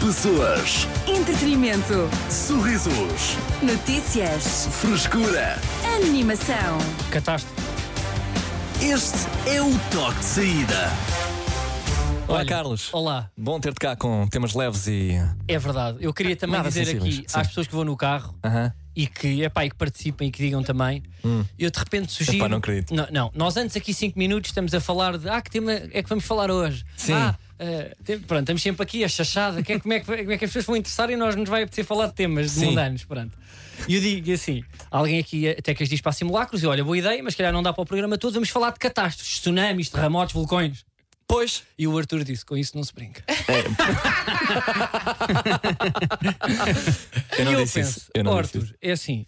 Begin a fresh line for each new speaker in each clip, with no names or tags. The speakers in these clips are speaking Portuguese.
Pessoas,
Entretenimento.
sorrisos,
Notícias.
frescura.
Animação.
Catástrofe.
Este é o toque de saída.
Olá, Carlos.
Olá.
Bom ter-te cá com temas leves e.
É verdade. Eu queria também
Nada
dizer
sensíveis,
aqui
sim.
às pessoas que vão no carro
Aham. Hum.
e que, epá, e que participem e que digam também. Eu de repente sugiro.
Epá, não acredito.
Não, não. nós antes aqui 5 minutos estamos a falar de ah, que tema é que vamos falar hoje.
Sim.
Ah, eh, tem- pronto, estamos sempre aqui a chachada. Que é- como, é que, como é que as pessoas vão interessar e nós nos vai apetecer falar de temas de
Sim.
mundanos? Pronto. E eu digo assim: alguém aqui até que as diz para simulacros, e olha, boa ideia, mas se calhar não dá para o programa todo, vamos falar de catástrofes, tsunamis, terremotos, vulcões.
Pois.
E o Arthur disse: com isso não se brinca.
Eu não
e eu
disse
penso,
isso. Eu não disse
Arthur,
isso.
é assim.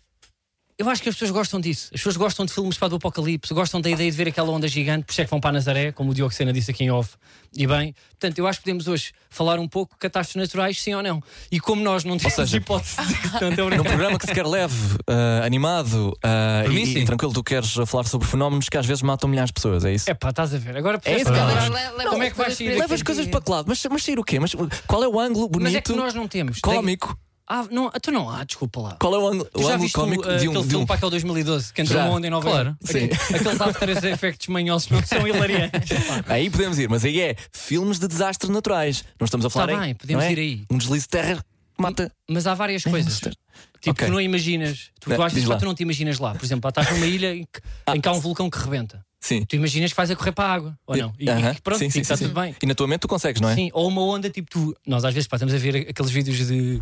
Eu acho que as pessoas gostam disso. As pessoas gostam de filmes para do apocalipse, gostam da ideia de ver aquela onda gigante, por isso é que vão para Nazaré, como o Diocena disse aqui em off. E bem, portanto, eu acho que podemos hoje falar um pouco de catástrofes naturais, sim ou não. E como nós não temos
seja,
hipótese de tanto é
Num
verdade.
programa que se quer leve, ah, animado ah,
Para
e,
mim,
e
sim.
tranquilo, tu queres falar sobre fenómenos que às vezes matam milhares de pessoas, é isso?
É pá, estás a ver. Agora
É isso,
percebes-
Carlos.
Como é que vais sair daqui?
Leva as coisas para que lado, mas, mas sair o quê? Mas qual é o ângulo bonito?
Mas é que nós não temos. Tem-
Cómico.
Ah, não, então não há, desculpa lá.
Qual é o ângulo,
Tu
o
já
ângulo
viste o,
cómico
uh,
de
aquele
um. De um...
filme para aquele 2012 que entrou
Já.
uma onda em Nova
Claro,
York? Aqu- Aqueles after effects manhosos não são hilariantes. pá.
Aí podemos ir, mas aí é filmes de desastres naturais. Não estamos a falar em-
Tá bem, podemos
não é?
ir aí.
Um deslize de terra mata.
Mas há várias coisas.
Esther.
Tipo,
É Ok.
tu não imaginas, tu
Não,
gostas,
diz
mas
lá. Ah.
tu não te imaginas lá. Por exemplo, lá estás numa ilha em que, em que há um vulcão que rebenta.
Sim.
Tu imaginas que vais a correr para a água, ou não? E, e
Aham.
pronto,
sim,
e
sim,
está
sim,
tudo
sim.
bem.
E na tua mente tu consegues, não é?
Sim, ou uma onda tipo tu. Nós às vezes pá, estamos a ver aqueles vídeos de.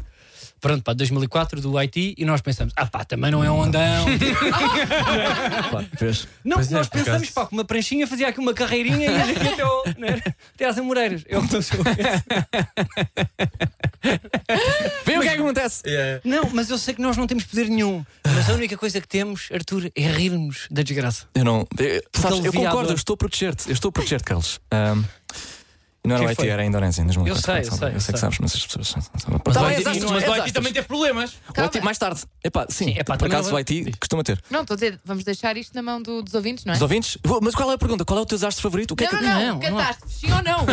Pronto, pá, de 2004 do Haiti e nós pensamos, ah pá, também não é um ondão.
Pá, vês?
não,
Pois é,
nós
por acaso.
pensamos, pá, que uma pranchinha fazia aqui uma carreirinha e ia daqui até, ao, né, até às Amoreiras. Eu não sou.
Vê o que é que acontece.
Não, mas eu sei que nós não temos poder nenhum. Mas a única coisa que temos, Arthur, é rirmos da desgraça.
Eu não. Eu, sabes,
ele é-
eu
via a
concordo,
dor.
eu estou a proteger-te. Eu estou a proteger-te, Carlos. Ahm, não era
Quem
o Haiti,
foi?
era a Indonésia em 2004.
Eu sei, eu sei,
Eu sei
sei.
que sabes, mas as pessoas.
Mas o
Tá bem,
Haiti-
desastres,
Mas
é
o Haiti
desastres.
também teve problemas.
O Haiti, mais tarde. Epá, sim,
Sim, epá,
por
também
acaso
não-
o Haiti costuma ter.
Não, estou a dizer, vamos deixar isto na mão do- dos ouvintes, não é?
Os ouvintes? Vou- Mas qual é a pergunta? Qual é o teu desastre favorito? O que é
Não,
que
não,
Não,
não,
não
catástrofe, sim ou não?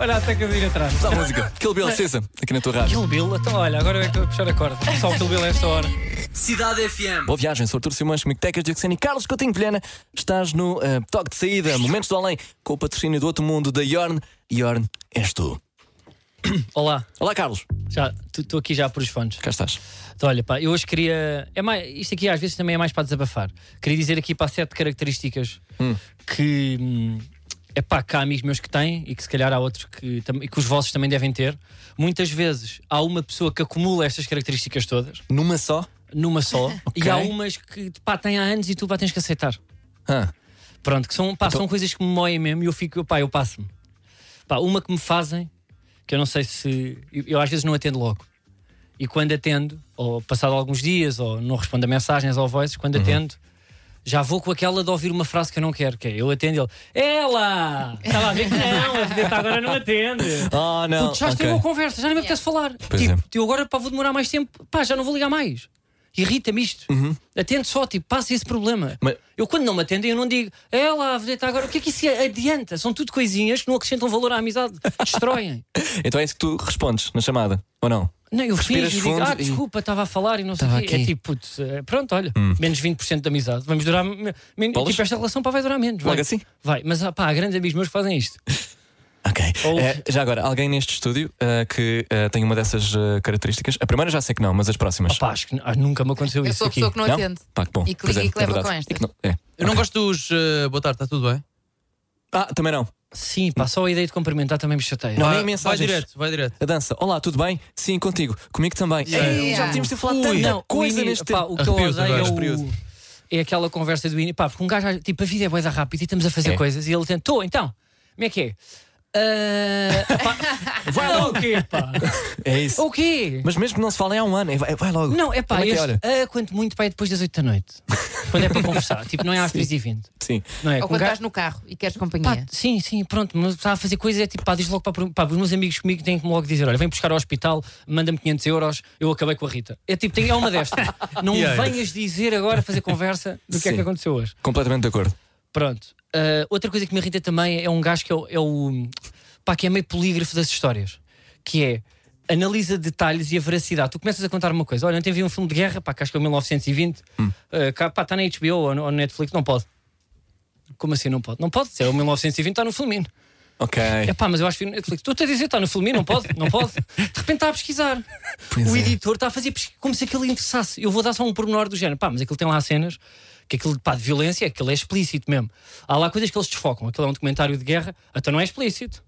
Olha, até que eu vim atrás.
Dá a música. Kill Bill César, aqui na tua rádio.
Kill Bill, então olha, agora é que eu vou puxar a corda. Só o Kill Bill a esta hora.
Cidade FM.
Boa viagem, sou Artur Simões, comigo Tecas Diocesano e Carlos Coutinho Vilhena. Estás no eh, Toque de Saída, Momentos do Além, com o patrocínio do Outro Mundo da Yorn. Yorn, és tu.
Olá,
Olá, Carlos.
já estou aqui já por os fones.
Cá estás.
Então, olha, pá, eu hoje queria. É mais, isto aqui às vezes também é mais para desabafar. Queria dizer aqui para sete características que. hum, é pá, que há amigos meus que têm e que se calhar há outros que, tam- e que os vossos também devem ter. Muitas vezes há uma pessoa que acumula estas características todas
Numa só?
numa só e
Ok.
há umas que pá, têm há anos e tu pá, tens que aceitar.
Ah,
Pronto, que são, pá, são coisas que me moem mesmo e eu fico, pá, eu passo-me. Pá, uma que me fazem, que eu não sei se. Eu, eu às vezes não atendo logo. E quando atendo, ou passado alguns dias, ou não respondo a mensagens ou voices, quando atendo, já vou com aquela de ouvir uma frase que eu não quero, que é eu atendo e ele, ela! Estava a ver que não, a vedeta agora não atende.
Ah, não.
Puto, já
Ok.
estive é uma conversa, já não me apetece falar.
Pois é.
tipo, eu agora pá, vou demorar mais tempo, pá, já não vou ligar mais. Irrita-me isto. Atende só, tipo, passa esse problema.
Uhum. Mas-
Eu, quando não me atendem, eu não digo, é lá, vedeta, agora o que é que isso adianta? São tudo coisinhas que não acrescentam valor à amizade, destroem.
Então é isso que tu respondes na chamada, ou não?
Não, eu
Respiras
fiz e digo,
fundo
ah,
e-
desculpa, estava a falar e não sei o
Estava
quê. É
aqui. Hum.
tipo, putz, eh, pronto, olha, menos 20% de amizade. Vamos durar. men- men-
Bolas?
Tipo, esta relação pá, vai durar menos.
Logo
vai.
assim?
Vai, mas ah, pá, há grandes amigos meus que fazem isto.
Ok.
Ou-
Eh, já agora, alguém neste estúdio eh, que eh, tem uma dessas eh, características? A primeira já sei que não, mas as próximas.
Pá, acho que ah, nunca me aconteceu
Eu
isso.
sou a
aqui.
pessoa que não,
Não?
atende.
Pá, que bom.
E que
Pois
liga e que
é
leva
verdade.
com
E
estas.
que não- é.
Eu não gosto dos. eh, boa tarde, está tudo bem?
Ah, também não.
Sim, pá, só a ideia de cumprimentar também me chateia.
Não,
Ah, Vai-
nem
vai
mensagens.
direto, vai direto.
A dança. Olá, tudo bem? Sim, contigo. Comigo também. Ei, já tínhamos de falar
Ah. Ui,
tanta
não, o
coisa
ini-
neste
pá,
tempo.
o que eu
Arrepiou-te
odeio
agora.
é, o,
Arrepiou-te.
é aquela conversa do início. Pá, porque um gajo, tipo, a vida é boeda rápida e estamos a fazer
É.
coisas e ele tentou, então, como é que é? Ah, pá, vai lá o quê, pá?
É isso.
O quê?
Mas mesmo que não se falem há um ano, é- vai, vai logo.
Não, é pá,
Também tem,
este,
olha.
ah, quanto muito, pá, é depois das 8 da noite. Quando é para conversar, tipo, não é às 3h20.
Sim.
Não é?
Ou
Com um
quando
gajo-
estás no carro e queres
Pá,
companhia.
sim, sim, pronto, mas está a fazer coisas, é tipo, pá, diz logo para, pá, os meus amigos comigo têm que me logo dizer: olha, vem buscar ao hospital, manda-me 500 euros, eu acabei com a Rita. É tipo, tem, é uma destas. Não me
Yeah.
venhas dizer agora fazer conversa do que é
Sim.
que aconteceu hoje.
Completamente de acordo.
Pronto. Ah, outra coisa que me irrita também é um gajo que é, o- é o. pá, que é meio polígrafo das histórias. que é analisa detalhes e a veracidade. Tu começas a contar uma coisa. Olha, ontem vi um filme de guerra, pá, que acho que é o 1920, eh, cá, pá, está na HBO ou no, ou no Netflix, não pode. Como assim não pode? Não pode, se é o 1920, está no Filmino.
Ok.
É pá, mas eu acho que vi no Netflix. Estou-te a dizer, está no Filmino, não pode, não pode. De repente está a pesquisar.
Pois
o
é.
editor está a fazer pesqui- como se aquilo lhe interessasse. Eu vou dar só um pormenor do género. Pá, mas aquilo tem lá cenas que aquilo pá, de violência, aquilo é explícito mesmo. Há lá coisas que eles desfocam. Aquilo é um documentário de guerra, então não é explícito.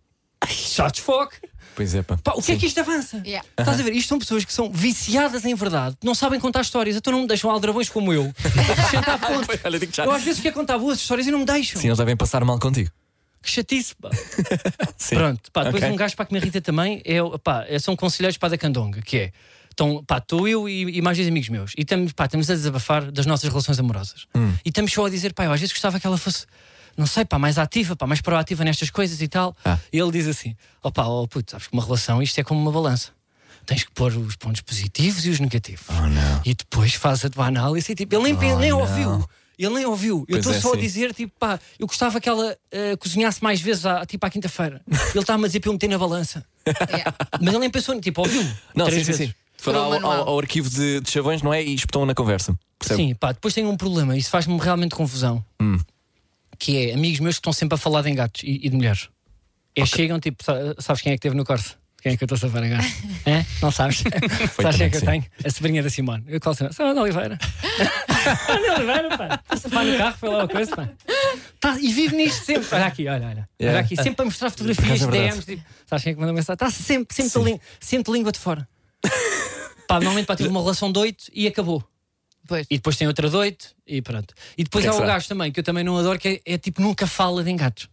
Já desfoque.
Pois é, pá.
Pá, o que é que isto avança?
Yeah.
Estás a ver? Isto são pessoas que são viciadas em verdade, não sabem contar histórias, então não me deixam aldrabões como eu. Acrescentar pontos.
Olha, digo já.
Eu às vezes quero contar boas histórias e não me deixam.
Sim, eles devem passar mal contigo.
Que chatice, pá.
Sim.
Pronto, pá, depois
Ok.
um gajo para que me irrita também é, o- pá, é- são conselheiros para a da candonga, que é. Então, pá, estou eu e, e mais dois amigos meus e estamos, pá, estamos a desabafar das nossas relações amorosas.
Hum.
E estamos só a dizer, pá, eu às vezes gostava que ela fosse, não sei, pá, mais ativa, pá, mais proativa nestas coisas e tal.
Ah.
E ele diz assim: ó pá, ó puto, sabes que uma relação isto é como uma balança. Tens que pôr os pontos positivos e os negativos.
Oh,
E depois faz a tua análise e tipo, ele nem, pe- nem
não.
ouviu. Ele nem ouviu. Eu
Pois
estou
é,
só a
sim.
dizer, tipo, pá, eu gostava que ela eh, cozinhasse mais vezes, à, tipo, à quinta-feira. Ele está-me a dizer para eu meter na balança.
Yeah.
Mas ele nem pensou, tipo, ouviu-me.
Não, sim,
três
sim,
vezes. um
sim. Foram
Para o
ao,
manual.
ao- ao arquivo de, de chavões, não é? E espetam na conversa. Percebe?
Sim, pá, depois tenho um problema, isso faz-me realmente confusão.
Hum.
Que é amigos meus que estão sempre a falar de engates e, e de mulheres. É, chegam, tipo, sa- sabes quem é que teve no corte? Quem é que eu estou a safar agora? Hã? Não sabes? sabes quem é que eu
sim.
tenho? A sobrinha da Simone. Eu qual Simone? Simone Oliveira. Simone Oliveira, pá. Está a safar no carro, foi lá uma coisa, pá. Tá, e vive nisto sempre. Olha aqui, olha, olha. Olha
Yeah.
aqui, sempre a mostrar
Por
fotografias,
acaso é verdade.
DMs. Tipo, sabes quem é que manda mensagem? Está sempre, sempre, de lin- sempre de língua de fora. pá, normalmente, pá, tive uma relação de oito e acabou.
Pois.
E depois tem outra doite e pronto. E depois
Quem
há o
será?
gajo também, é que eu também não adoro, que é, é tipo nunca fala de engates.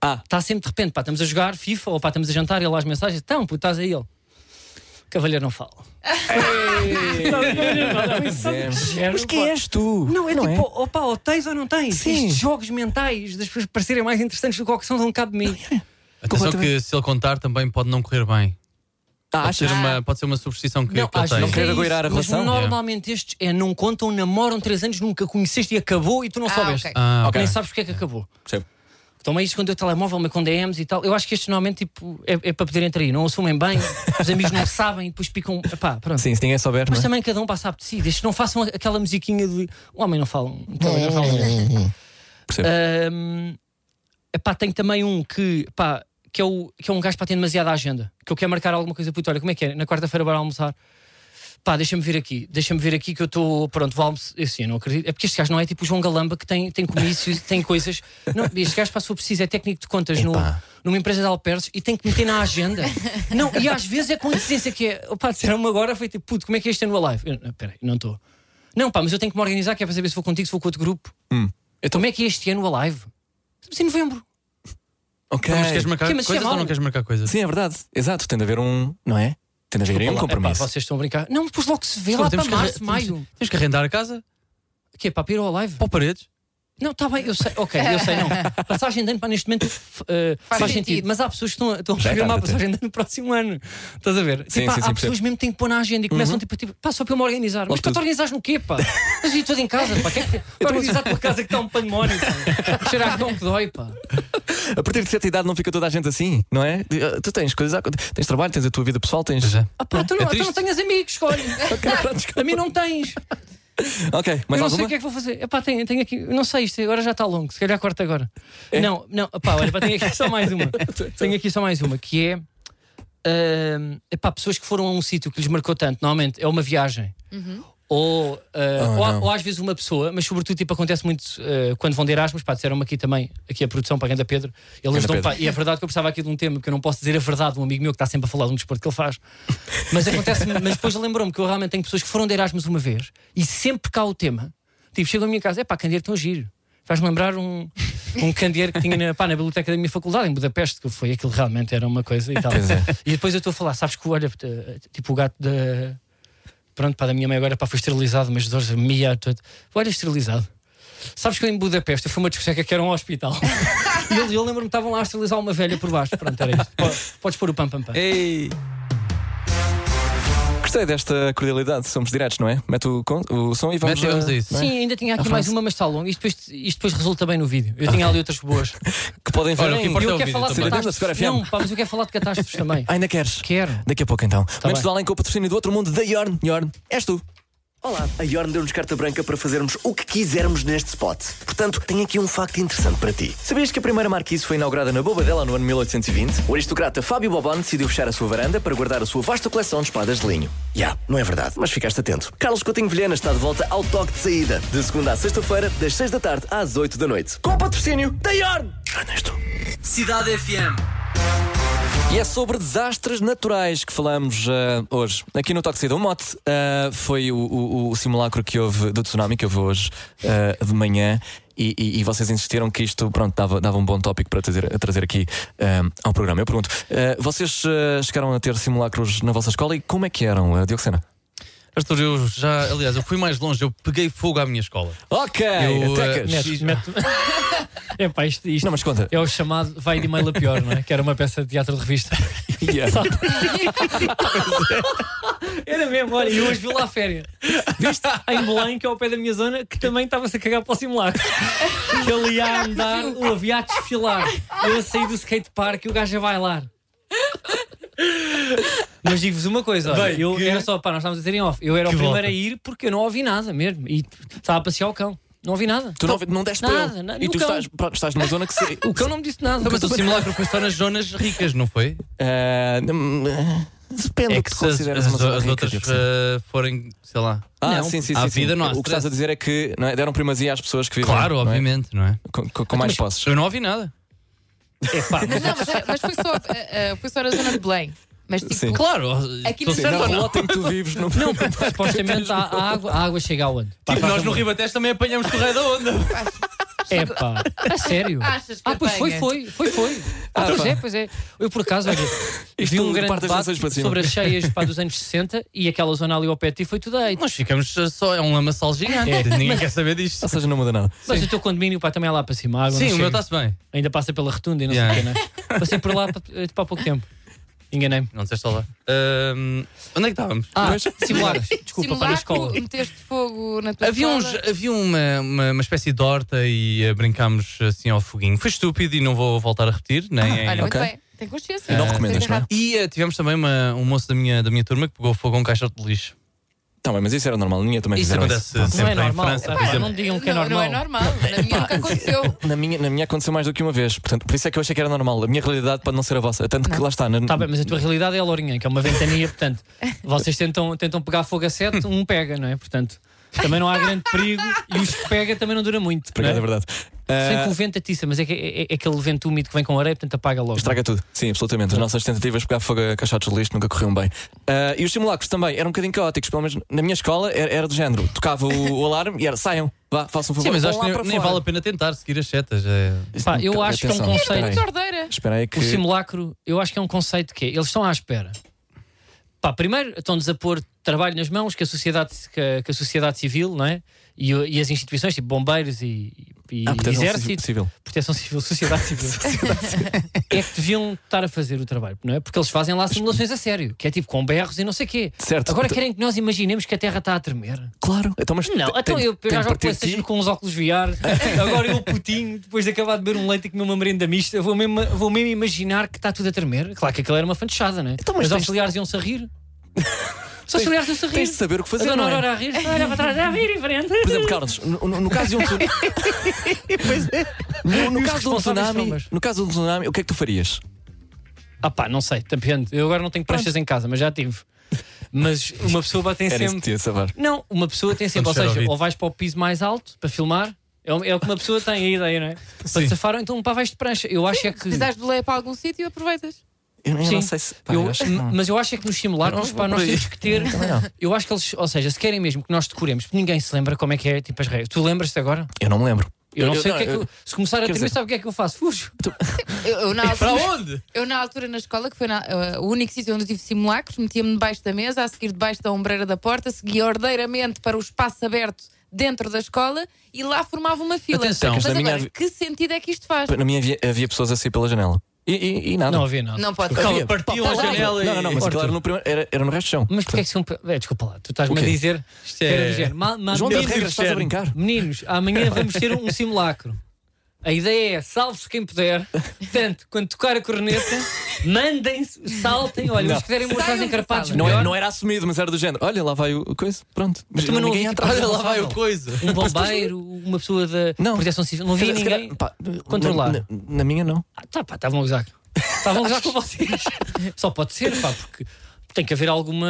Ah.
Está sempre de repente, pá, estamos a jogar FIFA ou pá, estamos a jantar e lá as mensagens, então, puto, estás aí ele. Cavalheiro não fala.
Mas quem és tu?
Não, é tipo, opá, ou tens ou não tens.
Sim.
Estes jogos mentais das pessoas parecerem mais interessantes do que o que são, dão cabo de mim.
Atenção
completamente.
que se ele contar também pode não correr bem.
Ah,
Pode ser
achas?
uma, pode ser uma superstição que, que ele
às
tem.
vezes
quer
é
agoirar a
isso, mas
relação?
Normalmente estes é não contam, namoram três anos, nunca conheceste e acabou e tu não
Ah,
soubeste.
ok.
Ah, ok.
Nem sabes porque é que acabou.
Percebo.
Toma isso quando eu telemóvel, mas com DMs e tal. Eu acho que estes normalmente tipo, é, é para poderem trair. Não assumem bem, os amigos não sabem, depois picam. Epá, pronto.
Sim, se ninguém souber, não
Mas
é?
também cada um passa a si. Estes não façam a- aquela musiquinha de. O homem não fala. Então, não fala.
É, Percebo.
Ahm, epá, tenho também um que. Pá, que é, o, que é um gajo para ter demasiada agenda. Que eu quero marcar alguma coisa. Puto, olha, como é que é? Na quarta-feira bora almoçar. Pá, deixa-me vir aqui. Deixa-me vir aqui que eu estou. Pronto, vou almoçar. Eu, sim, eu não acredito. É porque este gajo não é tipo o João Galamba que tem, tem comícios, tem coisas. Não, este gajo, pá, se for preciso, é técnico de contas no,
Epá.
numa empresa de alperces e tem que meter na agenda. não, e às vezes é com insistência que é. Pá, disseram-me agora, foi tipo, puto, como é que é este ano live? Eu, não, peraí, não estou. Não, pá, mas eu tenho que me organizar, que é para saber se vou contigo, se vou com outro grupo.
Hum.
Como é que é este ano a live? Estamos em novembro.
Ok.
Então, Mas queres marcar
Que, mas isso é
coisas ou
mau.
não queres marcar coisas?
Sim, é verdade. Exato, tem de haver um. Não é? Tem de haver aí um compromisso.
Epá, vocês estão a brincar. Não, depois logo se vê
Desculpa,
lá para
temos que arran-
março, maio.
Temos que arrendar a casa
Que é para ir ao live?
ou paredes.
Não, está bem, eu sei. Ok, eu sei, não. Passagem de ano, pá, neste momento f- eh, faz, sentido.
sentido.
Mas há pessoas que estão, a- estão a
Já é
programar a
tarde até.
passagem de ano no próximo ano. Estás a ver?
Sim,
tipo, há-
sim,
há
sim,
pessoas mesmo que têm que pôr na agenda e começam tipo, tipo, pá, só para eu me organizar. mas para
tudo.
te organizares no quê, pá? Mas eu estou em casa, pá. Quer que organizar a tua casa que está um pandemónio, pá. Cheira a cão que dói, pá.
A partir de certa idade não fica toda a gente assim, não é? De- ah, Tu tens coisas a acontecer. Tens trabalho, tens a tua vida pessoal, tens.
é.
Ah, pá, tu não,
É
tu não
triste.
tens amigos, escolhe. a mim não tens.
Ok,
eu
mais
não sei
alguma?
o que é que vou fazer. Epá, tenho, tenho aqui, eu não sei, isto agora já está longo, se calhar corta agora.
É?
Não, não, epá, olha, pá, tenho aqui só mais uma. tenho aqui só mais uma, que é. ahm, epá, pessoas que foram a um sítio que lhes marcou tanto, normalmente é uma viagem. Ou, ah,
Oh,
ou,
não.
ou às vezes uma pessoa, mas sobretudo tipo, acontece muito ah, quando vão de Erasmus, pá, disseram-me aqui também, aqui a produção para a Ganda Pedro, eles
Ganda
dão,
Pedro.
pá, e a verdade é que eu precisava aqui de um tema, que eu não posso dizer a verdade de um amigo meu que está sempre a falar de um desporto que ele faz, mas acontece mas depois lembrou-me que eu realmente tenho pessoas que foram de Erasmus uma vez e sempre cá o tema. Tipo, chegam à minha casa, é pá, candeeiro tão giro. Faz-me lembrar um, um candeeiro que tinha na, pá, na biblioteca da minha faculdade, em Budapeste, que foi aquilo realmente era uma coisa e tal. E depois eu estou a falar, sabes que olha, eh, tipo o gato da. Pronto, pá, da minha mãe agora pá, foi esterilizado, mas dores a mia todo. Olha, esterilizado. Sabes que eu em Budapeste foi uma discoteca que era um hospital. e eu, eu lembro-me que estavam lá a esterilizar uma velha por baixo. Pronto, era isto. Podes pôr o pam pam pam.
Ei!
Gostei desta cordialidade, somos diretos, não é? Mete o, con- o som e vamos.
Mete e vamos a isso.
não é?
Sim, ainda tinha aqui
A
mais
frase.
uma, mas está longo. Isto depois, isto depois resulta bem no vídeo. Eu tinha ali outras boas.
Que podem ver.
Olha, o
em-
que importa-
eu
Até o
quero
vídeo
falar de
também.
Segura
catástrofes.
FM.
Não, pá, mas eu quero falar de catástrofes também.
Ainda queres?
Quero.
Daqui a pouco então. Menos
bem.
do além com o patrocínio do outro mundo da Yorn. Yorn, és tu.
Olá, a Yorn deu-nos carta branca para fazermos o que quisermos neste spot. Portanto, tenho aqui um facto interessante para ti.
Sabias que a primeira marquise foi inaugurada na Bobadela no ano 1820? O aristocrata Fábio Bobon decidiu fechar a sua varanda para guardar a sua vasta coleção de espadas de linho.
Já, não é verdade, mas ficaste atento.
Carlos Coutinho Vilhena está de volta ao toque de saída, de segunda à sexta-feira, tá? das 6 da tarde às 8 da noite. Com o patrocínio da Yorn.
Ernesto.
Cidade FM.
E é sobre desastres naturais que falamos eh, hoje. Aqui no Toque de Saída, o mote eh, foi o, o- o simulacro que houve do tsunami que houve hoje eh, de manhã. E, e- e vocês insistiram que isto pronto, dava, dava um bom tópico para trazer, a trazer aqui eh, ao programa. Eu pergunto: eh, vocês eh, chegaram a ter simulacros na vossa escola e como é que eram, eh, Dioxena?
Arthur, eu já, aliás, eu fui mais longe, eu peguei fogo à minha escola.
Ok,
Eu, eh,
Tecas.
né-
Neto, neto. É pá, isto, isto
Não, mas conta.
é o chamado Vai de Mail a Pior, não é? Que era uma peça de teatro de revista.
Yeah.
Era mesmo, olha, e hoje vi lá a férias. Viste? Em Belém, que é ao pé da minha zona, que também estava-se a cagar para o simulacro. Que ele ia a andar, o havia a desfilar. Eu a sair do skatepark e o gajo a bailar. Mas digo-vos uma coisa, olha,
Bem,
eu
que-
era só, pá, nós estávamos a dizer em off. Eu era
Que
o primeiro
volta.
a ir porque eu não ouvi nada mesmo. E estava a passear o cão. Não ouvi nada.
Tu não, não deste para
Nada,
ele.
nada,
e
no
tu
cão.
estás, pronto, estás numa zona que se.
O cão não me disse nada.
Mas o simulacro foi só nas zonas ricas, não foi?
Eh, hum, eh, depende do
É
que
que
tu
se as,
consideras
as-
uma zona
as
rica,
outras
Dioxena.
eh, forem, sei lá.
Ah,
Não,
sim, sim,
à
sim, sim.
vida não há
O que
stress.
estás a dizer é que não é, deram primazia às pessoas que vivem.
Claro,
não é?
obviamente, não é?
Com, com- com mais
Mas-
posses.
Eu não ouvi nada.
É pá,
Mas não, mas, mas foi, só, eh, eh, foi só na zona de Belém. Mas tipo,
Sim.
Claro,
Aqui no-
estou certo
Não,
ou
o
não?
lote em que tu vives não. não.
é
supostamente a, a água, a água chega aonde? Pá,
Tipo, nós no Ribatejo também apanhamos correio da onda.
É pá, a sério.
Achas que é?
ah, pois foi,
apanha?
foi, foi, foi. Ah, pois é, pois é. Eu por acaso olha, vi
Isto
um grande
parte das
debate
nações para cima.
sobre as cheias pá, dos anos 60 e aquela zona ali ao pé de ti foi tudo aí.
Nós ficamos eh, só, é um lamaçal gigante. Tá,
É.
Ninguém quer saber disto.
Ou seja, não muda nada.
Mas o teu condomínio pá, também é lá para cima. a água
Sim,
não
o meu
chega.
está-se bem.
Ainda passa pela retunda e não
Yeah.
sei o que, não é? Passei por lá pá, eh, tipo, há pouco tempo. Enganei-me.
Não disseste lá. onde é que estávamos?
Ah,
Mas- tá
simulacros. Desculpa, para a
simulacro,
escola.
meteste fogo na tua
Havia, uns-
escola.
havia uma, uma, uma espécie de horta e eh, brincámos assim ao foguinho. Foi estúpido e não vou voltar a repetir. Nem em-
Olha,
Ok.
muito bem. Tem consciência.
E não
Ah,
recomendas,
fez
não é?
errado.
E eh, tivemos também uma- um moço da minha, da minha turma que pegou fogo a um caixote de lixo.
Tá bem, mas isso era normal. Minha também
Isso
fizeram
acontece
isso.
Não é
sempre em
normal.
França,
Epá,
por exemplo.
não digam que é
não,
normal.
não é normal. Na minha nunca aconteceu.
Na minha, na minha aconteceu mais do que uma vez. Portanto, por isso é que eu achei que era normal. A minha realidade pode não ser a vossa. Tanto que lá está. Na...
Tá bem, mas a tua realidade é a Lourinha, que é uma ventania, portanto, vocês tentam, tentam pegar fogo a sete, um pega, não é? Portanto, também não há grande perigo e os que pega também não dura muito. não é?
Obrigado, é verdade.
Sem que
Ah,
o vento atiça, mas é, que, é, é- é aquele vento úmido que vem com areia, portanto apaga logo.
Estraga tudo, sim, absolutamente. As nossas tentativas de pegar fogo a caixotes de lixo nunca corriam bem. Ah, e os simulacros também eram um bocadinho caóticos, pelo menos na minha escola era, era do género. Tocava o, o alarme e era saiam, vá, façam um favor.
Sim, mas
vão
acho
lá
que
para
nem, nem
fora."
vale a pena tentar seguir as setas. é-
Pá, eu acho que é um
Atenção,
conceito-
espera aí.
Tordeira.
Espera aí que.
O simulacro, eu acho que é um conceito que é, eles estão à espera. Pá, primeiro estão-nos a pôr trabalho nas mãos que a sociedade, que a, que a sociedade civil, não é? E, o- e as instituições, tipo bombeiros e, e
Ah, portanto, é um
exército,
civil.
Proteção Civil, Sociedade Civil, é que deviam estar a fazer o trabalho, não é? Porque eles fazem lá simulações a sério, que é tipo com berros e não sei o quê.
Certo.
Agora
Então-
querem que nós imaginemos que a Terra está a tremer.
Claro. Então, mas
Não,
tem-
então
tem-
eu
tem
já
de
jogo
partir de ti.
PlayStation com os óculos VR, agora eu putinho, depois de acabar de beber um leite e comer uma merenda mista, vou mesmo, vou mesmo imaginar que está tudo a tremer. Claro que aquilo era uma fantochada, né? Então,
Então, mas
mas os
tens-
auxiliares iam-se a rir. Os auxiliares iam-se a rir.
tens de saber o que fazer,
A dona
não é?
Aurora a rir, olha para trás, a vir em frente.
Por exemplo, Carlos, no, no- no caso de um tsunami. No, no
é. E os
caso de um
responsáveis
tsunami,
são, mas-
no caso de um tsunami, o que é que tu farias?
Ah pá, não sei, depende. Eu agora não tenho pranchas em casa, mas já tive. Mas uma pessoa batem
Era tipo. isso
sempre.
que tinha saber.
Não, uma pessoa tem sempre, ou
Quando cheira
seja,
ao
ou vais para o piso mais alto para filmar, é o, é o que uma pessoa tem a ideia, não é? Para
Sim.
safar, ou então pá, vais de prancha. Eu acho é que.
Precisaste de ler para algum sítio, aproveitas.
Eu, eu
Sim.
não sei se. pá,
Eu-
eu acho que não.
mas eu acho é que nos simulacros, pá, nós temos que ter. Eu acho que eles, ou seja, se querem mesmo que nós decoremos, porque ninguém se lembra como é que é tipo as regras. Tu lembras-te agora?
Eu não me lembro.
Eu não
Eu-
sei
não,
o que é que
eu-
eu, Se começar a
quer
tremer,
dizer- Então.
sabe o que é que eu faço? Fujo!
Eu, eu na
Para
altura,
onde?
eu, na altura na escola, que foi na- eh, o único sítio onde eu tive simulacros, metia-me debaixo da mesa, a seguir debaixo da ombreira da porta, seguia ordeiramente para o espaço aberto dentro da escola e lá formava uma fila.
Atenção.
Mas
Na
agora,
minha-
que sentido é que isto faz?
Na minha havia, havia pessoas a sair pela janela. E, e- e nada.
Não havia nada.
Não pode
Porque
haver.
ela Partiam
Pá,
a
pá,
janela e.
Não, não, não, mas aquilo era
Arthur,
no primeiro. Era, era no resto de chão.
Mas porquê é que são. É, desculpa lá, tu estás-me
O
a
quê?
dizer.
Isto
que era
é-
do género, ma- ma-
João das
meninos,
regras, estás a brincar?
meninos, amanhã vamos ter um, um simulacro. A ideia é salve-se quem puder. Portanto, quando tocar a corneta, mandem-se, saltem. Olha,
Não.
os que derem mortais
Saiam da
encarpados,
sala.
Não,
melhor.
é- não era assumido, mas era do género. Olha, lá vai o o coisa. Pronto. Mas
também não havia
atrás.
controle.
Olha lá vai o coisa.
Um bombeiro, uma pessoa da
Não.
proteção civil. Não
Se
havia
calhar- se calhar,
ninguém.
pá,
Controlar.
Na, na- na minha, não.
Ah, tá, pá, estavam a gozar. Estavam a gozar com vocês. Só pode ser, pá, porque tem que haver alguma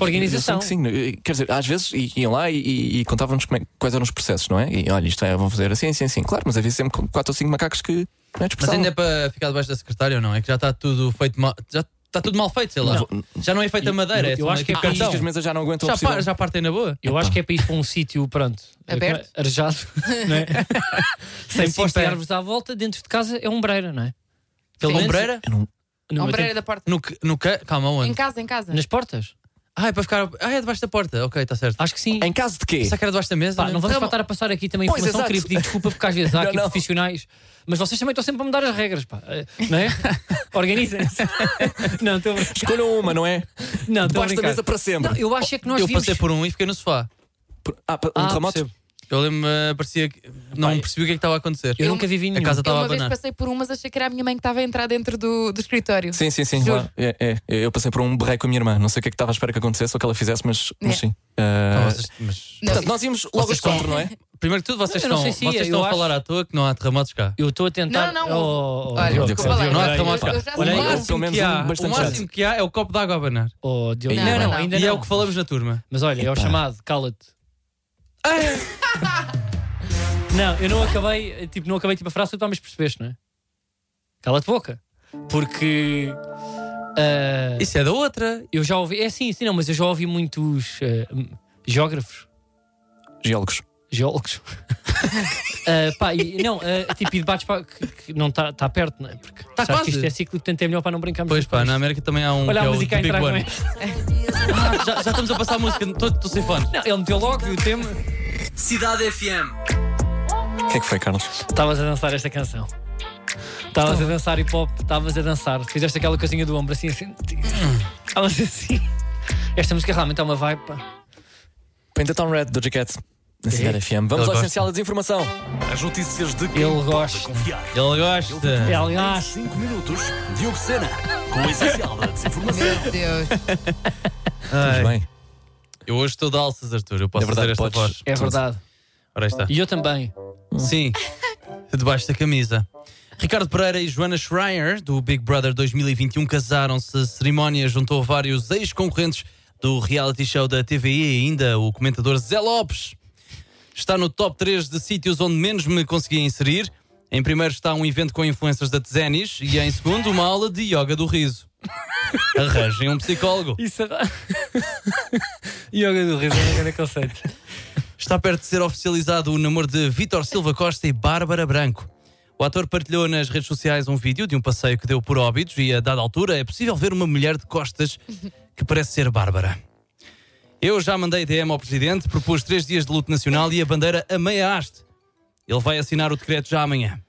organização.
Eu sinto que sim. Quer dizer, às vezes i- iam lá e, e- e contavam-nos como é- quais eram os processos, não é? E olha, isto é, vão fazer assim, assim, assim. Claro, mas havia sempre quatro ou cinco macacos que não é
Mas
dispersavam.
ainda é para ficar debaixo da secretária ou não? É que já está tudo feito mal. Já está tudo mal feito, sei lá. Já não é feito a madeira.
eu-
é só
eu acho
meio
que é
tipo
para
Diz
cartão.
que as mesas já não aguentam
Já,
a pressão.
par, já partem na boa.
Eu acho que é para ir para um sítio, pronto,
Aberto?
eh, arejado, não é? sem posta
posta.
e árvores à volta, dentro de casa é ombreira, não é?
Pelo
menos-
ombreira?
No meu
Ombreira
tempo-
da porta.
No, ca- no ca- Calma,
Em
onde?
casa, em casa.
nas portas?
Ah, é para ficar. Ah, é debaixo da porta. Ok, está certo.
Acho que sim.
Em caso de quê?
Será que era debaixo da mesa?
Ah, é. Pá, não vamos
mas-
faltar a passar aqui também
Pois,
informação,
exato.
queria pedir desculpa porque às vezes há
Não,
aqui
não.
profissionais, mas vocês também estão sempre a mudar as regras, pá. Eh, Não é? Organizem-se. não, estou a brincar.
Escolham uma, não é?
Não, estou a
Debaixo da
brincar.
mesa para sempre.
Não, eu acho é que nós
eu
vimos...
passei por um e fiquei no sofá.
Por- Ah, pa- um
Ah,
terremoto?
percebo.
Eu lembro, eh, parecia que. Não percebi o que é que estava a acontecer.
Eu, nunca vivi
A
nenhum.
casa
Eu
estava a
uma vez
abanar.
passei por umas, achei que era a minha mãe que estava a entrar dentro do, do escritório.
Sim, sim, sim.
Juro.
lá. É, é. Eu eu passei por um berrei com a minha irmã. Não sei o que é que estava à espera que acontecesse ou que ela fizesse, mas, mas
É.
sim. Ah,
Não, vocês- mas-
Não,
Portanto, nós íamos logo
vocês
aos quatro, não é?
Primeiro que tudo, vocês
Eu não
estão,
sei se ia,
vocês
eu
estão a
acho-
falar à toa que não há terremotos cá.
Eu estou a tentar.
Não, não,
Oh, oh,
Olha,
Diogo,
desculpa
oh,
lá,
Diogo,
Não há
olha aí.
terremotos cá.
eu já sei
Olha aí,
o
lá.
Diogo.
pelo
máximo,
menos
que há,
um bastante
o máximo que há é o copo d'água a abanar.
Oh, Diogo.
Não,
não,
não,
não, ainda
e
não.
é o que falamos na turma.
Mas olha, é o chamado, cala-te.
Ah,
não, eu não acabei, eh, tipo, não acabei tipo, a frase, tu mas percebeste, não é? Cala-te boca. Porque. ah,
Isso é da outra.
eu já ouvi. É sim, sim, não, mas eu já ouvi muitos ah, geógrafos,
Geólogos.
geólogos. Ah, pá, e, não, ah, tipo, e debates pá, que, que não está tá perto, não é? Porque
Tá
sabes que
quase.
isto é ciclo, portanto é melhor para não brincarmos.
Pois
com
pá,
isto.
na América também há um.
Olha
que
a
é
música a
o Big
entrar com
One.
esta.
Ah, já, já estamos a passar a música, estou sem fones.
Não, Ele meteu logo o tema.
Cidade FM.
O que é que foi, Carlos?
Estavas a dançar esta canção. Estavas a dançar hip hop, estavas a dançar. Fizeste aquela coisinha do ombro assim, assim. Estavas assim. Esta música realmente é uma vibe. pá.
Pentaton Red do Jacket. Na Cidade FM. Vamos
Ele
ao
gosta.
essencial da desinformação.
As notícias de quem
Ele
pode
gosta.
confiar.
Ele gosta.
Ele
Em
gasta.
5 minutos, Diogo Sena, com o essencial da desinformação.
Meu Deus.
Ai.
Pois bem.
Eu hoje estou de alças, Arthur. Eu posso
É verdade,
fazer
podes.
esta voz.
É verdade.
Ora aí está.
E eu também.
Sim, debaixo da camisa. Ricardo Pereira e Joana Schreier, do Big Brother 2021, casaram-se. A cerimónia juntou vários ex-concorrentes do reality show da TVI e ainda o comentador Zé Lopes. Está no top 3 de sítios onde menos me consegui inserir. Em primeiro está um evento com influencers da Tzenis e em segundo uma aula de yoga do riso. Arranjem um psicólogo.
Isso é. Yoga do riso é um grande conceito.
Está perto de ser oficializado o namoro de Vítor Silva Costa e Bárbara Branco. O ator partilhou nas redes sociais um vídeo de um passeio que deu por óbidos e a dada altura é possível ver uma mulher de costas que parece ser Bárbara. Eu já mandei DM ao presidente, propus três dias de luto nacional e a bandeira a meia haste. Ele vai assinar o decreto já amanhã.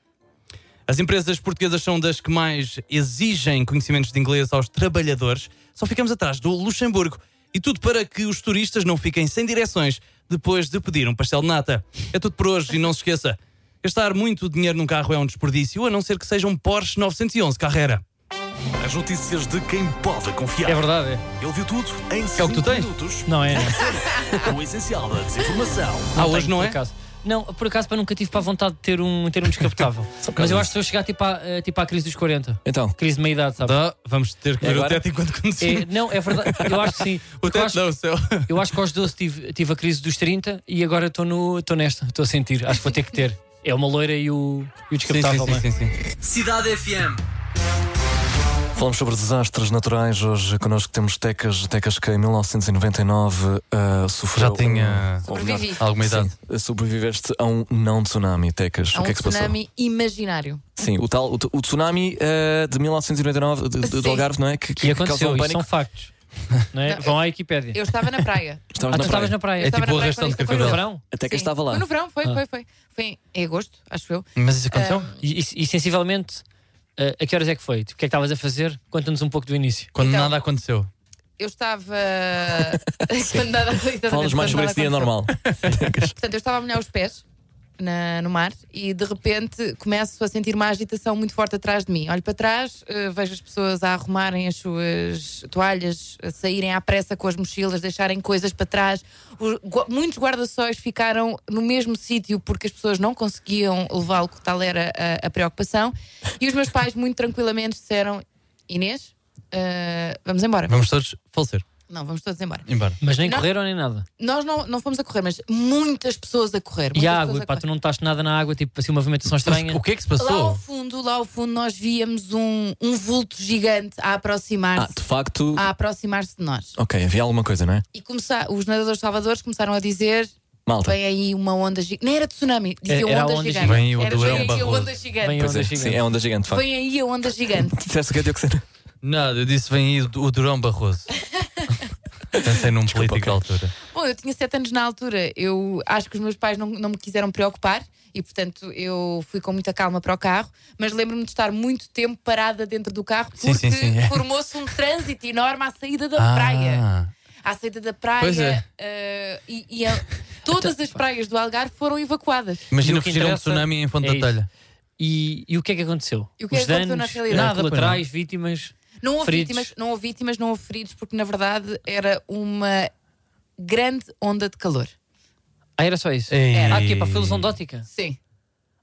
As empresas portuguesas são das que mais exigem conhecimentos de inglês aos trabalhadores. Só ficamos atrás do Luxemburgo. E tudo para que os turistas não fiquem sem direções depois de pedir um pastel de nata. É tudo por hoje e não se esqueça: gastar muito dinheiro num carro é um desperdício, a não ser que seja um Porsche 911 Carrera.
As notícias de quem pode confiar.
É verdade, é.
Ele viu tudo em 5
é o que tu tens?
minutos,
Não é?
com o essencial da desinformação.
ah, hoje
tenho,
não
por
é?
acaso. Não, por acaso pá, nunca tive para a vontade de ter um, ter um descapotável. Mas eu acho que se eu chegar tipo à, eh, tipo à crise dos 40,
Então,
crise de meia idade, sabe?
Tá, vamos ter que ver
Agora-
o teto enquanto
É,
conduzimos.
não, é verdade. Eu acho que sim.
O
Porque eu
teto
acho-
não, o céu.
Eu acho que aos 12 tive, tive a crise dos 30 e agora estou no- estou nesta, estou a sentir. Acho que vou ter que ter. É uma loira e o, e o descapotável, não é?
Cidade FM.
falamos sobre desastres naturais. Hoje connosco temos Tecas, Tecas que em 1999 ah, sofreu.
Já tinha
um- ou melhor,
Sobrevivi.
alguma idade.
Sim, sobreviveste a um não tsunami, Tecas.
Há
o
um
que é que se passou?
tsunami imaginário.
Sim, o tal o, o tsunami eh, de 1999 de, de, do
Sim.
Algarve, não é? Que,
E
que,
aconteceu,
causou um
isso são
pânico.
factos. não é?
Não,
Vão à Wikipédia.
Eu estava na praia.
ah,
Estavas
tu
na praia.
estavas na praia.
É
Estava
tipo
na
a
praia
arrastão de
quando isto
no
carcavel.
verão?
Até que
Sim.
estava lá. Ah.
Foi no verão, foi, foi, foi. Foi em agosto, acho eu. Ah,
Mas isso aconteceu?
E, e- e sensivelmente ah, a que horas é que foi? Tipo, o que é que estavas a fazer? Conta-nos um pouco do início.
Quando
Então-
nada aconteceu.
Eu estava. quando nada, exatamente,
Falas mais sobre
quando nada
esse dia
aconteceu.
normal.
Portanto, eu estava a molhar os pés na- no mar e de repente começo a sentir uma agitação muito forte atrás de mim. Olho para trás, eh, vejo as pessoas a arrumarem as suas toalhas, a saírem à pressa com as mochilas, deixarem coisas para trás. Os gua- muitos guarda-sóis ficaram no mesmo sítio porque as pessoas não conseguiam levá-lo, que tal era a, a preocupação. E os meus pais, muito tranquilamente, disseram: Inês, eh, vamos embora.
Vamos todos falecer.
Não, vamos todos embora.
Embora.
Mas nem
Não.
correram nem nada.
Nós não, não fomos a correr, mas muitas pessoas a correr.
E
muitas
a
pessoas
água,
a
pá,
correr.
tu não estás nada na água, tipo assim, uma movimentação
Mas
estranha.
o que é que se
Lá ao
passou?
fundo, lá ao fundo, nós víamos um, um vulto gigante a
Ah,
aproximar-se.
de facto.
a aproximar-se de nós.
Ok, havia alguma coisa, não é?
E começar, os nadadores salvadores começaram a dizer:
Malta.
vem aí uma onda gigante. Nem era tsunami, dizia
É, Era a
onda,
onda
gigante.
gigante. Vem o
Era,
do
vem
Leão
aí a
Barroso.
onda
Vem
gigante.
a
Vem,
Pois
onda
é,
gigante.
Sim, é onda gigante, de facto.
aí a onda gigante.
Disseste o que é, Diogo?
Nada, eu disse vem aí o Durão Barroso. Pensei num
Desculpa,
político da altura.
Bom, eu tinha sete anos na altura. Eu acho que os meus pais não, não me quiseram preocupar e, portanto, eu fui com muita calma para o carro. Mas lembro-me de estar muito tempo parada dentro do carro porque
Sim, sim, sim, é.
formou-se um trânsito enorme à saída da praia.
Ah,
À saída da praia.
Pois é. Então,
eh, e e a- todas as praias do Algarve foram evacuadas.
E
imagina
o que
fugir a um
interessa
tsunami em Fonte
é
da Telha.
E, e o que é que aconteceu?
E o que
Os
é que aconteceu
danos,
na realidade?
eh,
Nada, pois não.
colaterais, vítimas.
Não houve,
Feridos.
vítimas, não houve vítimas, não houve feridos, porque na verdade era uma grande onda de calor.
Ah, era só isso.
Ei.
Ah, aqui, para filos ondótica.
Sim.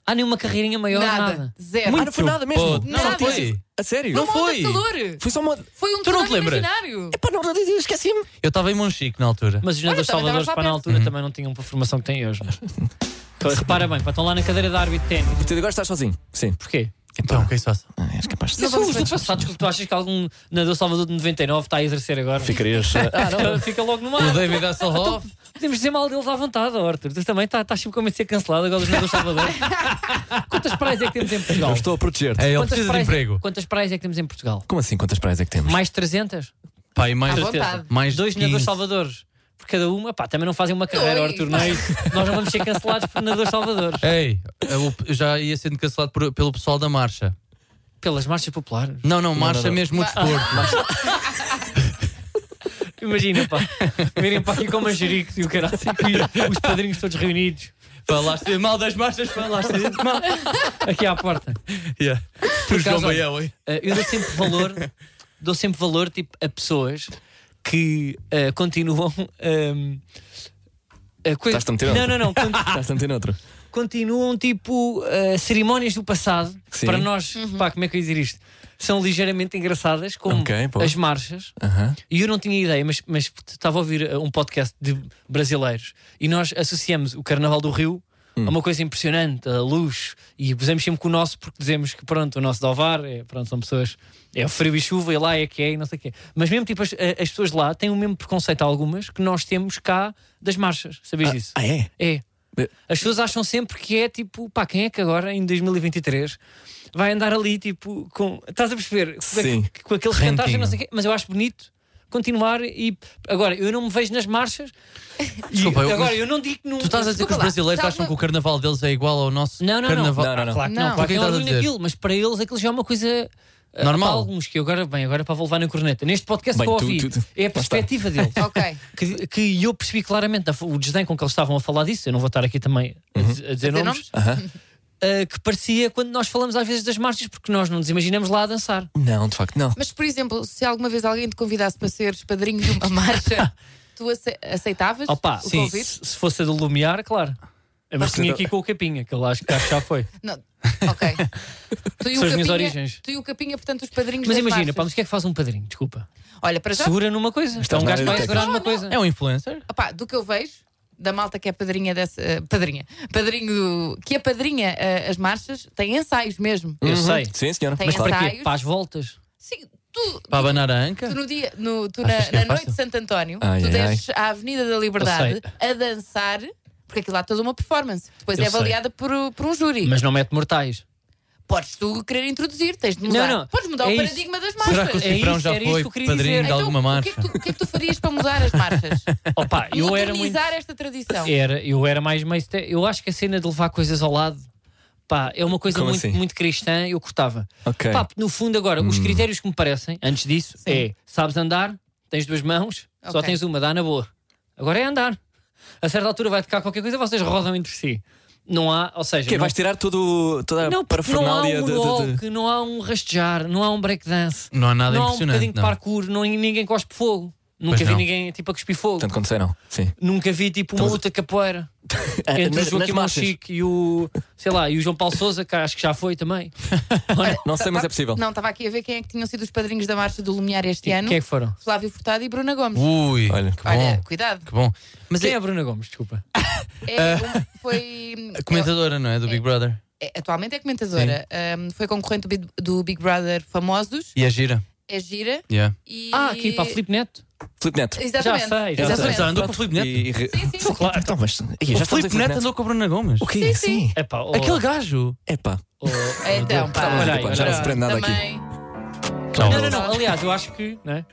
Há nenhuma Ah, carreirinha maior, nada.
Nada. Zero.
Ah, não foi nada mesmo.
Pô,
não
Só
nada.
disse- A sério?
Uma onda
foi.
de calor.
Foi só uma.
Foi um
Tu não te
tsunami
lembras?
imaginário.
Pá, não, esqueci-me.
Eu estava em Monchique na altura.
Mas os nadadores
também
salvadores,
estavas lá
para na
perto.
Uhum.
altura, também não tinham a formação que têm hoje. Então, repara bem, pá, estão lá na cadeira de árbitro de ténis.
Tu agora estás sozinho. Sim.
Porquê?
Então, o que é que se passa?
Ah, és capaz de.
Não
São
vamos
os do
ver.
é um passado. Desculpa, tu achas que algum nadador salvador de 99 está a exercer agora?
Ficarias.
Ah, não, fica logo no
O
ar.
David Hasselhoff.
Então,
Podemos dizer mal deles à vontade, ó, Arthur. Tu também tá- estás sempre com medo de ser cancelado agora dos nadadores salvadores. Quantas praias é que temos em Portugal?
Eu estou a proteger-te.
É, ele
Quantas
precisa de
praias-
emprego.
Quantas praias é que temos em Portugal?
Como assim? Quantas praias é que temos?
Mais 300?
Pá, e mais,
À vontade.
mais
Dois
15.
nadadores salvadores. Por cada uma, pá, também não fazem uma carreira,
Dois.
Arthur, não é isso? Nós não vamos ser cancelados por nadadores salvadores.
Ei, eu já ia sendo cancelado por- pelo pessoal da marcha.
Pelas marchas populares.
Não, não, marcha mesmo o desporto.
Imagina, pá, virem para aqui com manjericos e o caralho, e os padrinhos todos reunidos,
Falaste mal das marchas, falaste mal.
aqui à porta.
Yeah. O João
acaso, olha,
Baião, hein?
Eh, eu dou sempre valor, dou sempre valor tipo, a pessoas que eh, continuam. ehm, a coi-
Estás-te a meter
não, não,
outra?
não. con-
Estás a meter noutro.
continuam tipo eh, cerimónias do passado.
Sim.
Para nós, pá, como é que eu ia dizer isto? São ligeiramente engraçadas, como
Ok, boa.
as marchas.
Aham.
E eu não tinha ideia, mas mas estava a ouvir eh, um podcast de brasileiros e nós associamos o Carnaval do Rio a
Hum.
uma coisa impressionante, a luz, e usamos sempre com o nosso, porque dizemos que pronto, o nosso de Alvar, é, pronto, são pessoas, é frio e chuva, e lá é que é, e não sei o quê. Mas mesmo tipo, as, a- as pessoas lá têm o mesmo preconceito, algumas, que nós temos cá das marchas, sabias disso?
Ah, é?
É.
Be-
As pessoas acham sempre que é tipo, pá, quem é que agora em 2023 vai andar ali tipo com. Estás a perceber? Com,
Sim.
aque- com aqueles
Rentinho.
cantares, e não sei o quê, mas eu acho bonito continuar e. Agora, eu não me vejo nas marchas. E
Desculpa, eu-
agora, eu não digo que não.
Tu estás a dizer que
Desculpa
os
lá,
brasileiros
sabe
acham
uma-
que o carnaval deles é igual ao nosso
Não, não, não.
carnaval.
Não, não,
Claro que não,
Não. é
claro que
Quem
não
estás a
orgulho
dizer?
naquilo, mas para eles aquilo já é uma coisa. ah,
Normal.
Para alguns que eu agora, bem, agora é para vou levar na corneta. Neste podcast
Bem,
que eu
tu-
ouvi,
tu-
é
tu-
a
lá está.
perspectiva deles.
Ok.
que, que eu percebi claramente da fo- o desdém com que eles estavam a falar disso, eu não vou estar aqui também a diz- a dizer nomes,
Uhum. Aham.
uh, que parecia quando nós falamos às vezes das marchas, porque nós não nos imaginamos lá a dançar.
Não, de facto, não.
Mas, por exemplo, se alguma vez alguém te convidasse para seres padrinho de uma marcha, tu ace- aceitavas
Opa,
o
sim,
convite?
se se fosse a do Lumiar, claro. Eu Mas tinha aqui com o Capinha, que eu acho que acho que já foi.
Não. Ok. Tu e,
São as minhas
Capinha-
origens.
tu e o Capinha, portanto, os padrinhos
Mas
das
imagina,
marchas.
pá, mas o que é que faz um padrinho? Desculpa.
Olha, para já,
Segura numa coisa. Então
Estás
um
na
gajo
área
vai
do
segurar
técnico.
numa coisa.
É um influencer?
Opá, do que eu vejo, da malta que é padrinha dessa. eh, padrinha. Padrinho. Que é padrinha eh, as marchas, tem ensaios mesmo.
Uhum.
Eu sei.
Sim, senhora.
Tem
Mas para quê?
ensaios.
Para as voltas.
Sim, tu.
Para abanar a
Tu
anca?
no dia, no, tu
Achas
na,
que é
na noite
fácil?
de Santo António,
Ai,
tu
ai,
desces à Avenida da Liberdade a dançar, porque aquilo lá toda uma performance. Depois
Eu
é avaliada por, por um júri.
Mas não mete mortais.
Podes tu querer introduzir, tens de mudar.
Não, não,
Podes mudar
é
o
isso.
paradigma das marchas.
Será que o
É
Cifrão
isso,
já
era isso
foi
que eu queria
padrinho
dizer.
de alguma
O que, é
marcha?
que tu, o que é que tu farias para mudar as marchas?
Opa, eu era muito.
Então.
É,
Modernizar esta tradição.
Era, eu era mais meio. ste- Eu acho que a cena de levar coisas ao lado Pá, é uma coisa
Como
muito,
assim?
muito cristã, eu cortava.
Ok. Hum.
Pá, no fundo, agora, os critérios que me parecem, antes disso, é sabes andar, tens duas mãos, só
Ok.
tens uma, dá na boa. Agora é andar. A certa altura vai tocar qualquer coisa, vocês rodam entre si. Não há, ou seja,
Que
não,
vais tirar todo, toda a
não, porque não há
parafernália
um
de- de- de-
walk, não há um rastejar, não há um breakdance,
Não há nada
não há um
impressionante.
bocadinho de
não.
parkour, não, ninguém cospe fogo. Nunca vi
não.
ninguém tipo a cuspir fogo.
Tanto quanto sei, não. Sim.
Nunca vi tipo uma
Estamos a-
luta capoeira
Ah,
entre o
nas- nas
Joaquim
marchas.
Monchique e o, sei lá, e o João Paulo Souza, que acho que já foi também.
Não sei, mas é possível.
Tá- Não, estava aqui a ver quem é que tinham sido os padrinhos da marcha do Lumiar este ano.
Quem é que Uh, foram?
Flávio Furtado e Bruna Gomes.
Ui,
Olha, que
Olha, cuidado.
que bom. Mas
Quem é
é
a Bruna Gomes? Desculpa. Ah,
É um- foi.
a comentadora, não é? Do Big Brother.
é- atualmente é comentadora. Um, foi concorrente do Big, do Big Brother Famosos.
E a gira.
É gira.
Yeah.
E...
Ah, aqui para Filipe Neto.
Filipe Neto.
Exatamente.
Já sei, já
Exatamente.
Já andou com o Filipe Neto.
E- e-
Sim, sim.
Claro.
Então, mas. Ih, já
O
estamos em
Filipe Neto andou com a Bruna Gomes.
O quê? Sim.
É pá, oh,
Aquele gajo.
Epá.
oh,
Então, pá.
Olha aí,
Desculpa,
olha
já não
aí.
se prende nada aqui.
Também.
Não, não, não. Aliás, eu acho que. Não é?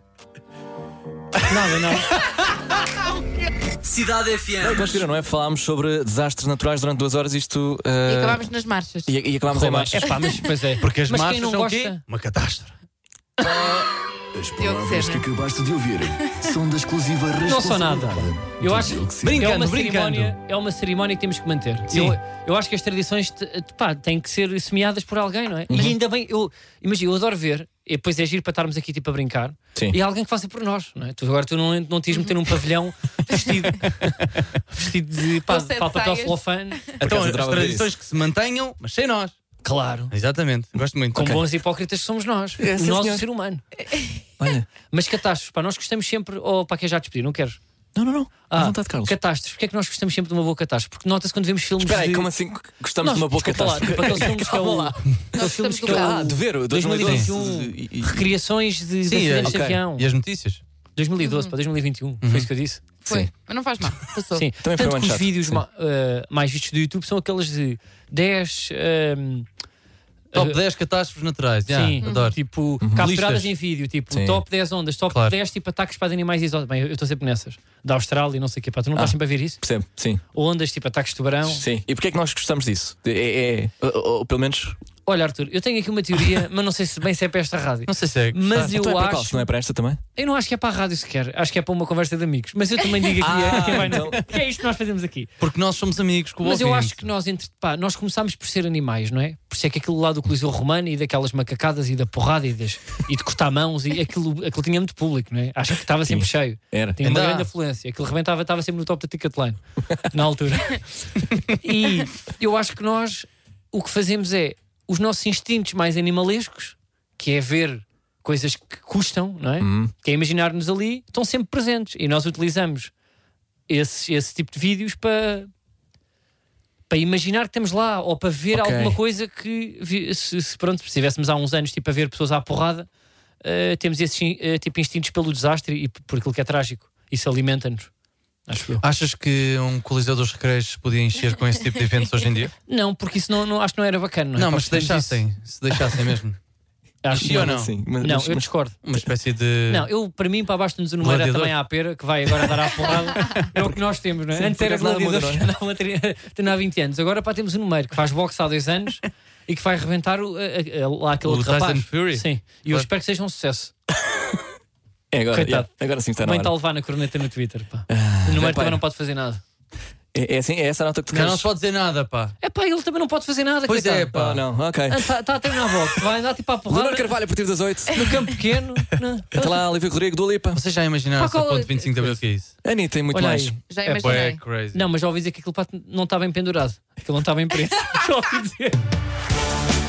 Nada, não.
Cidade FM.
Mas viram, não é? Falámos sobre desastres naturais durante duas horas isto.
E
eh,
Ah.
acabámos nas marchas.
e, e acabámos em marchas.
É pá, mas pois é.
Porque as
mas
marchas
quem não
são o
gosta.
quê? Uma catástrofe.
As
Diogo
palavras que
Sena.
acabaste de ouvir são da exclusiva responsabilidade.
são nada. Eu acho
Diogo Sena.
é uma
Brincando, brincando.
cerimónia, é uma cerimónia que temos que manter.
Sim.
Eu, eu acho que as tradições te- te- pá, têm que ser semeadas por alguém, não é? Mas ainda bem, eu imagino, eu adoro ver, e depois é giro para estarmos aqui tipo a brincar,
Sim.
e há alguém que faça por nós, não é? Tu, agora tu não, não tens de meter num pavilhão vestido, vestido de pá,
Com sete
de papel
saias.
celofane.
Então,
acaso
as
adorava ver
tradições que se mantenham, mas sem nós.
Claro.
Exatamente. Gosto muito.
Como bons hipócritas que somos nós,
É,
o
sim,
nosso
senhor.
ser humano.
Olha.
Mas catástrofes, pá, nós gostamos sempre, ou para quem já despedir, não queres?
Não, não, não. À vontade, Carlos.
Catástrofes, porque Ah, é que nós gostamos sempre de uma boa catástrofe? Porque nota-se quando vemos filmes.
Espera aí,
de...
como assim gostamos
Nós-
de uma boa
desculpa lá,
catástrofe?
tipo, aqueles filmes que é o-
Calma lá.
aqueles filmes
estamos
que é o-
do
Ah, de ver, o 2012.
2021.
E- e-
Recriações de de
é,
Sim,
acidentes
ok.
de avião.
E as notícias?
2012 para 2021, foi isso que eu disse.
Foi.
Sim.
Mas não faz mal. Passou.
Sim,
Uhum. Também foi
tanto
um
que os
one-shot,
vídeos
sim.
ma- eh, mais vistos do YouTube são aqueles de 10. ehm,
Top
eh,
10 catástrofes naturais. Yeah,
Sim,
Adoro.
tipo, capturadas
Listas.
em vídeo, tipo,
Sim.
top 10 ondas, top
Claro.
10 tipo ataques para animais exóticos. Bem, eu eu estou sempre nessas. Da Austrália, e não sei o quê, pá, tu não
Ah.
estás sempre a ver isso?
Percebo, sim,
Ondas, tipo ataques de tubarão.
sim. E porquê é que nós gostamos disso? É, é- é- ou- ou, pelo menos.
Olha, Arthur, eu tenho aqui uma teoria, mas não sei se bem se é para esta rádio.
Não sei se é.
Mas eu
Então é para qual?
acho.
Se não é para esta também?
Eu não acho que é para a rádio sequer, acho que é para uma conversa de amigos. Mas eu também digo aqui, é, que é, bem- que é isto que nós fazemos aqui.
Porque nós somos amigos com o
Mas eu
ouvinte.
acho que nós, entre, pá, nós começámos por ser animais, não é? Por ser que aquilo lá do Coliseu Romano e daquelas macacadas e da porrada e, das- e de cortar mãos e aquilo, aquilo tinha muito público, não é? Acho que estava sempre cheio.
Era. Então,
Tinha uma
Ainda há.
grande afluência. Aquilo rebentava, estava sempre no top da ticket line, na altura. e eu acho que nós o que fazemos é os nossos instintos mais animalescos, que é ver coisas que custam, não é? Que é imaginar-nos ali, estão sempre presentes. E nós utilizamos esse, esse tipo de vídeos para. Para imaginar que estamos lá, ou para ver
Ok.
alguma coisa que, vi- se, se, pronto, se estivéssemos há uns anos tipo, a ver pessoas à porrada, eh, temos esses eh, tipo, instintos pelo desastre e p- por aquilo que é trágico. Isso alimenta-nos. Acho eu.
Achas que um Coliseu dos Recreios se podia encher com esse tipo de eventos hoje em dia?
Não, porque isso não, não- acho que não era bacana. Não, é?
Não, mas
Nós
se
fizemos
deixassem, se deixassem mesmo.
isso. Acho que
Sim ou
não.
não?
Sim, mas,
Não,
mas-
eu
mas-
discordo.
Uma espécie de.
Não, eu para mim, para abaixo do Numeira
Gladiador.
também há a pera que vai agora dar à porrada. É o que nós temos, não é? Antes
por
era
acaso nada
gladiador,
muda,
já
é?
dá uma tri- tem há 20 anos. Agora pá, temos o Numeiro que faz boxe há dois anos e que vai arrebentar o, a- a- a- lá aquele
O
outro
Tyson
rapaz.
Fury?
Sim, e eu
Claro.
espero que seja um sucesso.
É agora,
Coitado.
yeah, agora sim está na
Também está a
hora.
levar na corneta no Twitter. Pá.
Ah,
o Numeiro
é pá.
também não pode fazer nada.
É, é assim, é essa a nota que tu
Não,
queres?
não se pode dizer nada, pá.
É pá, ele também não pode fazer nada.
Pois é,
coitado.
pá.
Ah, não, ok.
Está Tá, a treinar a boxe, vai andar tipo à
Leonor
porrada
Carvalho a partir das 8.
no campo pequeno. né? não.
Até lá, Olivia Rodrigo, Dua Lipa.
Vocês já imaginaram
Pá,
se a
qual-
ponte 25 de Abril que é isso?
Anitta e muito
Olha
mais.
aí.
Já
É, pá, é
imaginei.
crazy.
Não, mas já ouvi dizer que aquilo pá, não está bem pendurado. Aquilo não está bem preso. Já ouvi dizer.